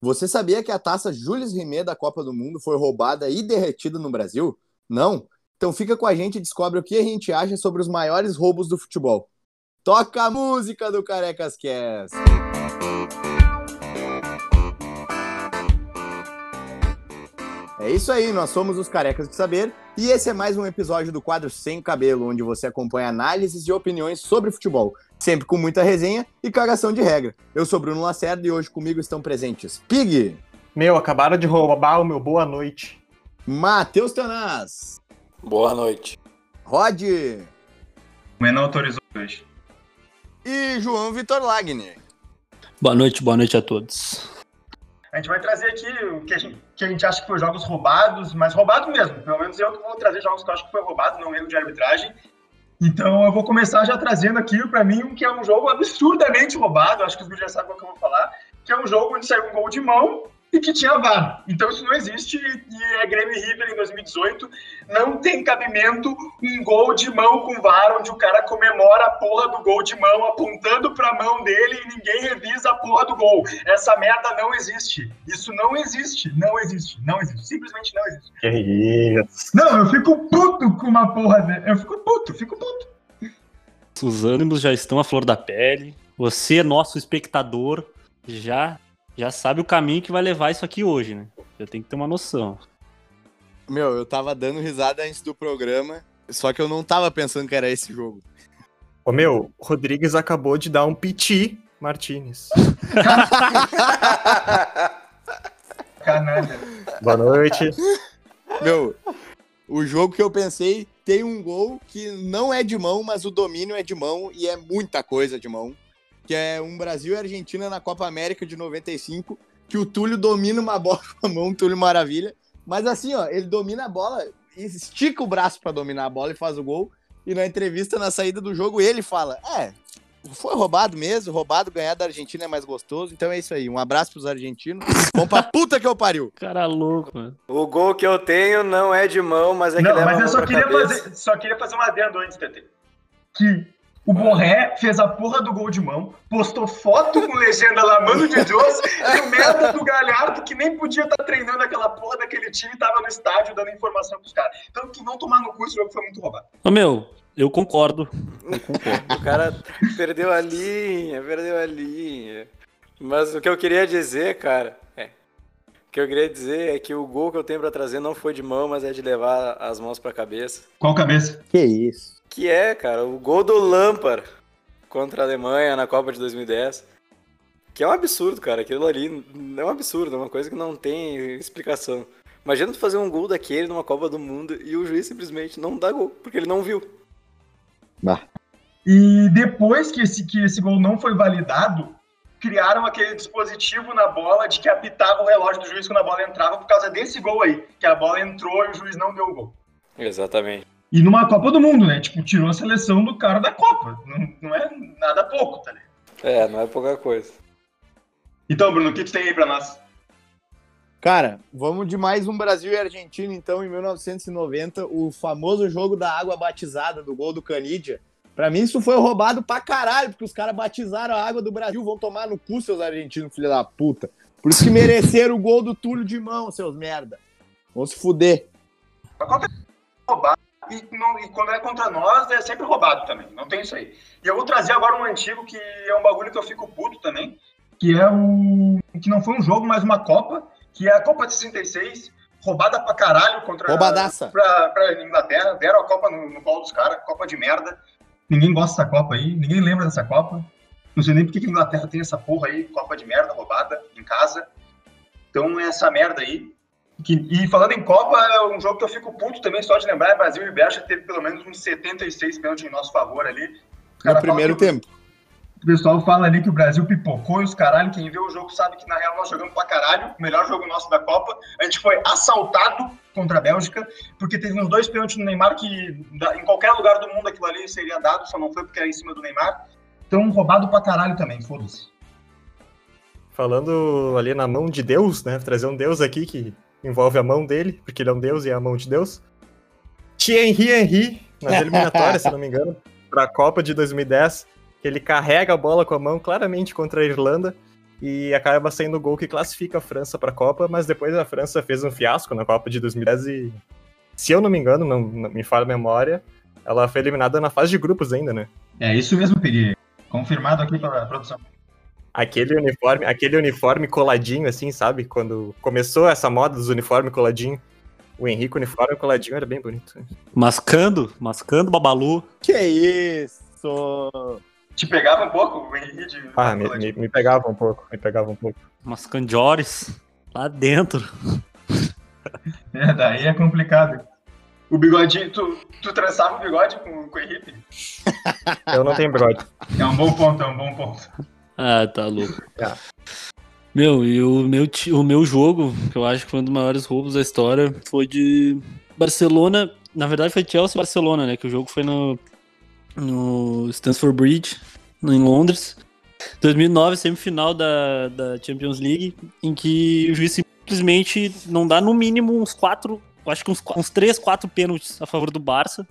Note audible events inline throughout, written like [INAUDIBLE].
Você sabia que a taça Jules Rimet da Copa do Mundo foi roubada e derretida no Brasil? Não? Então fica com a gente e descobre o que a gente acha sobre os maiores roubos do futebol. Toca a música do Carecas Cast! É isso aí, nós somos os Carecas de Saber e esse é mais um episódio do quadro Sem Cabelo, onde você acompanha análises e opiniões sobre futebol, sempre com muita resenha e cagação de regra. Eu sou Bruno Lacerda e hoje comigo estão presentes Pig, Meu, acabaram de roubar o meu boa noite. Matheus Tanás, Boa noite. Rod O Enan autorizou hoje. e João Vitor Lagner. Boa noite, boa noite a todos. A gente vai trazer aqui o que a gente, que a gente acha que foi jogos roubados, mas roubado mesmo. Pelo menos eu que vou trazer jogos que eu acho que foi roubado, não erro de arbitragem. Então eu vou começar já trazendo aqui para mim um que é um jogo absurdamente roubado, acho que os guris já sabem qual que eu vou falar, que é um jogo onde saiu um gol de mão e que tinha VAR. Então isso não existe e é Grêmio e River em 2018, não tem cabimento um gol de mão com VAR onde o cara comemora a porra do gol de mão apontando para a mão dele e ninguém revisa a porra do gol. Essa merda não existe. Isso não existe, não existe, não existe, simplesmente não existe. Que isso. Não, eu fico puto com uma porra, de- eu fico puto, fico puto. Os ânimos já estão à flor da pele. Você, nosso espectador, já já sabe o caminho que vai levar isso aqui hoje, né? Já tem que ter uma noção. Meu, eu tava dando risada antes do programa, só que eu não tava pensando que era esse jogo. Ô, meu, o Rodrigues acabou de dar um piti, Martinez. Canada. Boa noite. Meu, o jogo que eu pensei tem um gol que não é de mão, mas o domínio é de mão e é muita coisa de mão. Que é um Brasil e Argentina na Copa América de 95, que o Túlio domina uma bola com a mão, Túlio Maravilha. Mas assim, ó, ele domina a bola, estica o braço pra dominar a bola e faz o gol. E na entrevista, na saída do jogo, ele fala: É, foi roubado mesmo, roubado, ganhar da Argentina é mais gostoso. Então é isso aí. Um abraço pros argentinos. Vamos pra puta que eu pariu. Cara louco, mano. O gol que eu tenho não é de mão, mas é que Não, leva mas a eu mão só pra queria, cabeça. fazer, só queria fazer um adendo antes, TT. Que o Borré fez a porra do gol de mão, postou foto com legenda lá, mano de Deus, e o merda do Galhardo, que nem podia estar treinando aquela porra daquele time, tava no estádio dando informação pros caras. Então, que não tomar no cu, esse jogo foi muito roubado. Ô, meu, eu concordo. O cara perdeu a linha, perdeu a linha. Mas o que eu queria dizer, cara, é. O que eu queria dizer é que o gol que eu tenho pra trazer não foi de mão, mas é de levar as mãos pra cabeça. Qual cabeça? Que isso. Que é, cara, o gol do Lampard contra a Alemanha na Copa de 2010. Que é um absurdo, cara. Aquilo ali n- é um absurdo, é uma coisa que não tem explicação. Imagina tu fazer um gol daquele numa Copa do Mundo e o juiz simplesmente não dá gol, porque ele não viu. E depois que esse, que esse gol não foi validado, criaram aquele dispositivo na bola de que apitava o relógio do juiz quando a bola entrava por causa desse gol aí, que a bola entrou e o juiz não deu o gol. Exatamente. E numa Copa do Mundo, né? Tipo, tirou a seleção do cara da Copa. Não, não é nada pouco, tá ligado? É, não é pouca coisa. Então, Bruno, o que tu tem aí pra nós? Cara, vamos de mais um Brasil e Argentina, então, em 1990, o famoso jogo da água batizada do gol do Canidia. Pra mim, isso foi roubado pra caralho, porque os caras batizaram a água do Brasil, vão tomar no cu, seus argentinos, filha da puta. Por isso que mereceram o gol do Túlio de mão, seus merda. Vão se fuder. A Copa é roubado e, não- e quando é contra nós é sempre roubado também. Não tem isso aí. E eu vou trazer agora um antigo que é um bagulho que eu fico puto também, que é o que não foi um jogo, mas uma Copa, que é a Copa de 66, roubada pra caralho contra Roubadaça. pra, pra Inglaterra, deram a Copa no, no colo dos caras, Copa de merda. Ninguém gosta dessa Copa aí, ninguém lembra dessa Copa. Não sei nem porque que a Inglaterra tem essa porra aí, Copa de merda roubada em casa. Então é essa merda aí. Que- e falando em Copa, é um jogo que eu fico puto também, só de lembrar, é Brasil e Bélgica, que teve pelo menos uns 76 pênaltis em nosso favor ali. Os No cara primeiro fala que- tempo. O pessoal fala ali que o Brasil pipocou e os caralho, quem vê o jogo sabe que na real nós jogamos pra caralho, o melhor jogo nosso da Copa. A gente foi assaltado contra a Bélgica, porque teve uns dois pênaltis no Neymar que da- em qualquer lugar do mundo aquilo ali seria dado, só não foi porque era em cima do Neymar. Então roubado pra caralho também, foda-se. Falando ali na mão de Deus, né? Trazer um Deus aqui que envolve a mão dele, porque ele é um Deus e é a mão de Deus. Thierry Henry, nas eliminatórias, se não me engano, para a Copa de 2010, ele carrega a bola com a mão claramente contra a Irlanda e acaba sendo o gol que classifica a França para a Copa, mas depois a França fez um fiasco na Copa de 2010 e, se eu não me engano, não, não me falha a memória, ela foi eliminada na fase de grupos ainda, né? É isso mesmo, Piri. Confirmado aqui pela produção. Aquele uniforme, aquele uniforme coladinho, assim, sabe? Quando começou essa moda dos uniformes coladinho, o Henrique uniforme coladinho era bem bonito. Mascando, mascando Babalu. Que isso! Te pegava um pouco o Henrique de. Ah, me, me, me pegava um pouco, me pegava um pouco. Mascando Joris. Lá dentro. É, daí é complicado. O bigodinho, tu, tu trançava o bigode com, com o Henrique? Eu não tenho bigode. É um bom ponto, é um bom ponto. Ah, tá louco. Tá. Meu, e o meu, ti- o meu jogo, que eu acho que foi um dos maiores roubos da história, foi de Barcelona. Na verdade, foi Chelsea e Barcelona, né? Que o jogo foi no, no Stanford Bridge, no- em Londres. 2009, semifinal da, da Champions League, em que o juiz simplesmente não dá no mínimo uns quatro, eu acho que uns, qu- uns três, quatro pênaltis a favor do Barça.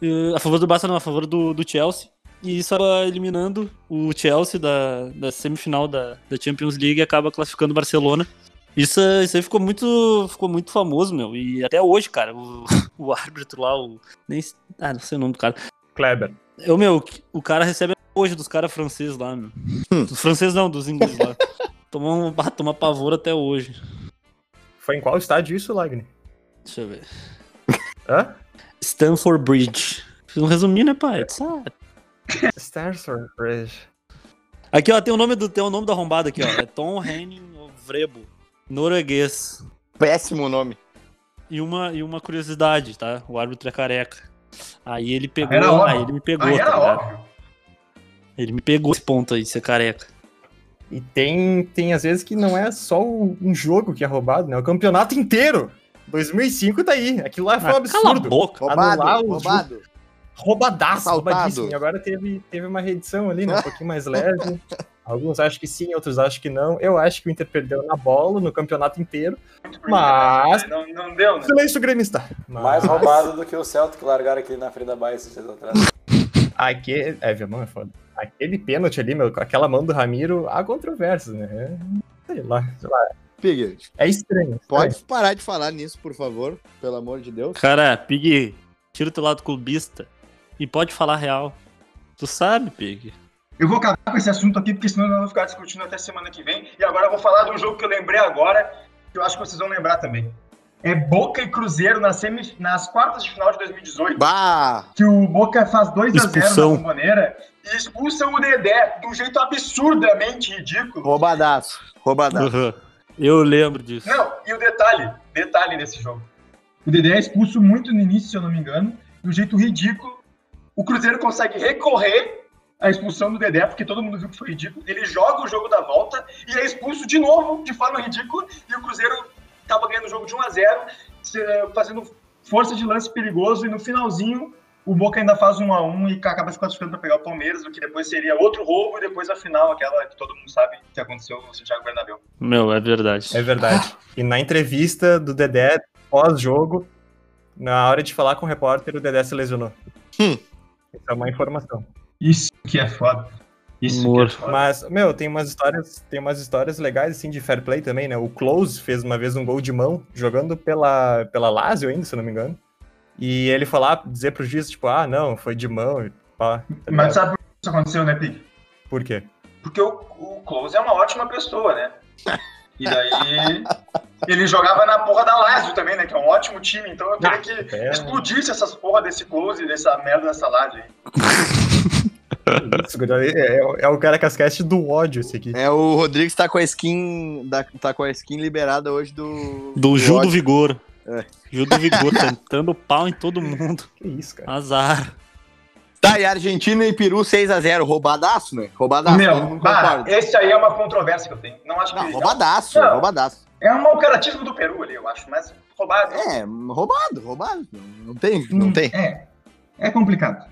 Eh, A favor do Barça, não, a favor do, do Chelsea. E isso acaba eliminando o Chelsea da, da semifinal da, da Champions League e acaba classificando o Barcelona. Isso, isso aí ficou muito, ficou muito famoso, meu. E até hoje, cara, o, [LAUGHS] o árbitro lá, o. Nem, s- ah, não sei o nome do cara. Kleber. Eu, meu, o cara recebe hoje dos caras franceses lá, meu. Dos franceses não, dos ingleses lá. Toma, um, ah, toma pavor até hoje. Foi em qual estádio isso, Lagni? Deixa eu ver. Hã? Stanford Bridge. Fiz um resuminho, né, pai? Tu sabe. Starsor Bridge. Aqui, ó, tem o nome do, tem o nome do arrombado aqui, ó. É Tom Henning Vrebo. Norueguês. Péssimo nome. E uma, e uma curiosidade, tá? O árbitro é careca. Aí ele pegou, Era óbvio. aí ele me pegou, Aí tá né? era ligado? óbvio. Ele me pegou esse ponto aí, de ser careca. E tem, tem às vezes que não é só o- um jogo que é roubado, né? O campeonato inteiro. 2005 tá aí. Aquilo lá foi um Ah, cala a absurdo. boca. Roubado, Anular os roubado. Roubadaço, Assaltado. roubadíssimo. E agora teve, teve uma reedição ali, né? Um [LAUGHS] pouquinho mais leve. Alguns acham que sim, outros acham que não. Eu acho que o Inter perdeu na bola, no campeonato inteiro. Muito Mas- bonito, né? Não, não deu, né? Silêncio gremista. Mais roubado do que o Celtic que largaram aqui na frente da Bahia esses dias atrás. Aquele... É, minha mão é foda. Aquele pênalti ali, meu, com aquela mão do Ramiro, há controvérsias, né? Sei lá, sei lá. Pig, É estranho. pode parar de falar nisso, por favor. Pelo amor de Deus. Cara, Pig, tira o teu lado clubista e pode falar real. Tu sabe, Pig. Eu vou acabar com esse assunto aqui, porque senão nós vamos ficar discutindo até semana que vem. E agora eu vou falar de um jogo que eu lembrei agora, que eu acho que vocês vão lembrar também. É Boca e Cruzeiro nas, semi- nas quartas de final de 2018. Bah! que o Boca faz 2 a 0 na Expulsão. Bomboneira e expulsam o Dedé de um jeito absurdamente ridículo. Roubadaço. Roubadaço. Uhum. Eu lembro disso. Não, e o detalhe, detalhe desse jogo. O Dedé é expulso muito no início, se eu não me engano, de um jeito ridículo. O Cruzeiro consegue recorrer à expulsão do Dedé, porque todo mundo viu que foi ridículo. Ele joga o jogo da volta e é expulso de novo, de forma ridícula. E o Cruzeiro tava ganhando o jogo de 1 a 0 se- eh, fazendo força de lance perigoso. E no finalzinho, o Boca ainda faz 1 a 1 e acaba se classificando para pegar o Palmeiras, o que depois seria outro roubo. E depois a final, aquela que todo mundo sabe que aconteceu no Santiago Bernabéu. Meu, é verdade. É verdade. E na entrevista do Dedé, pós-jogo, na hora de falar com o repórter, o Dedé se lesionou. Hum. Essa é uma informação. Isso que é foda. Isso Humor. que é foda. Mas, meu, tem umas histórias, tem umas histórias legais assim de fair play também, né? O Close fez uma vez um gol de mão, jogando pela pela Lazio ainda, se eu não me engano. E ele falar, dizer pro juiz, tipo, ah, não, foi de mão, e pá. tá Mas ligado? sabe por que isso aconteceu, né, Pique? por quê? Porque o, o Close é uma ótima pessoa, né? [LAUGHS] E daí. ele jogava na porra da Lazio também, né? Que é um ótimo time. Então eu Ah, queria que um- É, explodisse essas porra desse Close, dessa merda dessa Lazio aí. isso, gurizada, é, é- é o cara cascast do ódio esse aqui. É, o Rodrigues tá com a skin. da- tá com a skin liberada hoje do. Do Gil do ódio. Vigor. É. Gil do Vigor cantando pau em todo mundo. Que isso, cara. Azar. Tá, e Argentina e Peru 6x0. Roubadaço, né? Roubadaço. todo Meu, mundo bah, concorda. esse aí é uma controvérsia que eu tenho. Não acho que. Não, roubadaço, Não. roubadaço. É um mau caratismo do Peru ali, eu acho, mas roubado. É, roubado, roubado. Não tem, Hum. não tem. É. É complicado.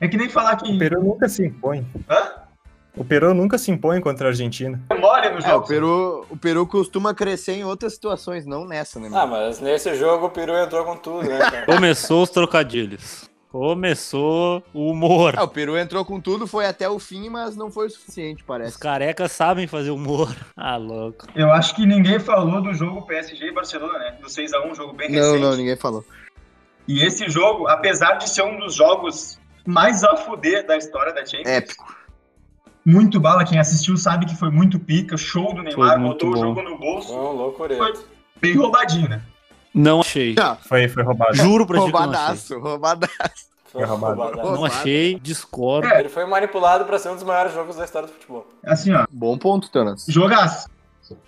É que nem falar que. O Peru nunca se impõe. Hã? O Peru nunca se impõe contra a Argentina. É Mole no É, o jogo. Peru, o Peru costuma crescer em outras Ah, situações, não nessa, né? meu? Ah, mas nesse jogo o Peru entrou com tudo, né, cara? Começou os trocadilhos. Começou o humor. Ah, o Peru entrou com tudo, foi até o fim, mas não foi o suficiente, Os parece. carecas sabem fazer humor. [LAUGHS] Ah, louco. Eu acho que ninguém falou do jogo PSG e Barcelona, né? Do 6x1, um jogo é bem Não, recente. não, ninguém falou. E esse jogo, apesar de ser um dos jogos mais a fuder da história da Champions, Épico. muito bala. Quem assistiu sabe que foi muito pica, show do Neymar, muito botou bom. o jogo no bolso, Não, um louco, né? Foi. bem roubadinho, né? Não achei. Não. Foi, foi roubado. Juro pra ti que não achei. Roubadaço, roubadaço. Foi um roubado. roubado. Não achei, discordo. Ele foi manipulado pra ser um dos maiores jogos da história do futebol. Assim, ó, Bom ponto, Jonas. jogaço.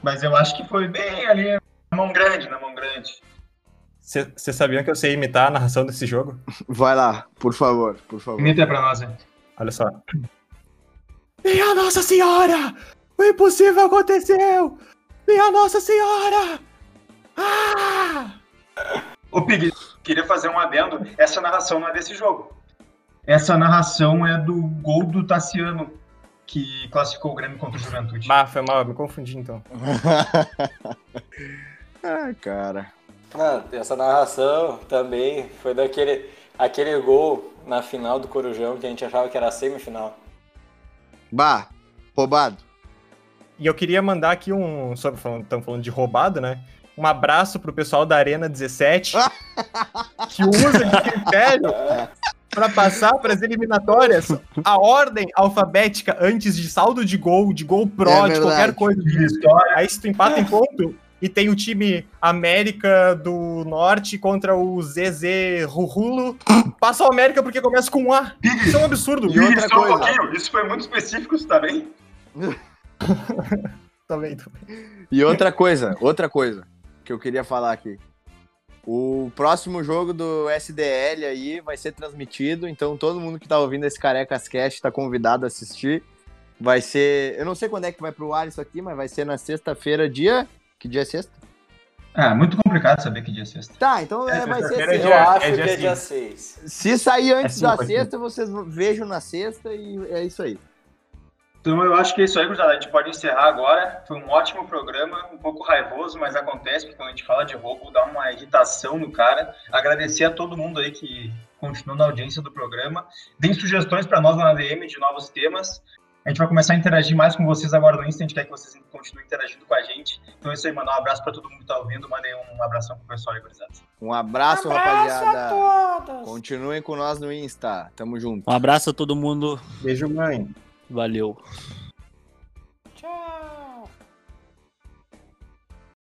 Mas eu acho que foi bem ali, na mão grande, na mão grande. Vocês sabiam que eu sei imitar a narração desse jogo? Vai lá, por favor, por favor. Imita pra nós, né? Olha só. Minha Nossa Senhora! O impossível aconteceu! Minha Nossa Senhora! Ah! Ô, Pig, queria fazer um adendo. Essa narração não é desse jogo. Essa narração é do gol do Tassiano, que classificou o Grêmio contra o Juventude. Ah, foi mal, me confundi então. [LAUGHS] ah, cara. Ah, essa narração também foi daquele aquele gol na final do Corujão que a gente achava que era a semifinal. Bah, roubado. E eu queria mandar aqui um. Estamos falando, tamo falando de roubado, né? Um abraço pro pessoal da Arena [LAUGHS] 17 que usa de critério pra passar para as eliminatórias a ordem alfabética antes de saldo de gol, de gol pro, É de verdade. qualquer coisa. tipo. Que história. Aí se tu empata em ponto e tem o time América do Norte contra o ZZ Rurulo, passa o América porque começa com um A. Isso é um absurdo. E outra Ih, só um coisa. pouquinho. Isso foi muito específico, isso tá bem? Também. E outra coisa, outra coisa que eu queria falar aqui. O próximo jogo do SDL aí vai ser transmitido, então todo mundo que tá ouvindo esse Carecas Cast tá convidado a assistir. Vai ser, eu não sei quando é que vai pro ar isso aqui, mas vai ser na sexta-feira, dia que dia é sexta? Ah, muito complicado saber que dia é sexta. Tá, então é, É, vai ser sexta-feira é sexta. Eu dia- acho é dia que é dia 6. Se sair antes É da cinco, é sexta, vocês vejam na sexta e é isso aí. Então eu acho que é isso aí, gurizada. A gente pode encerrar agora. Foi um ótimo programa, um pouco raivoso, mas acontece, porque quando a gente fala de roubo, dá uma irritação no cara. Agradecer a todo mundo aí que continua na audiência do programa. Deem sugestões para nós lá na DM de novos temas. A gente vai começar a interagir mais com vocês agora no Insta. A gente quer que vocês continuem interagindo com a gente. Então é isso aí, mandar um abraço para todo mundo que tá ouvindo. Mandei um abração pro pessoal aí, gurizada. Um abraço, rapaziada. Continuem com nós no Insta. Tamo junto. Um abraço a todo mundo. Beijo, mãe. Valeu.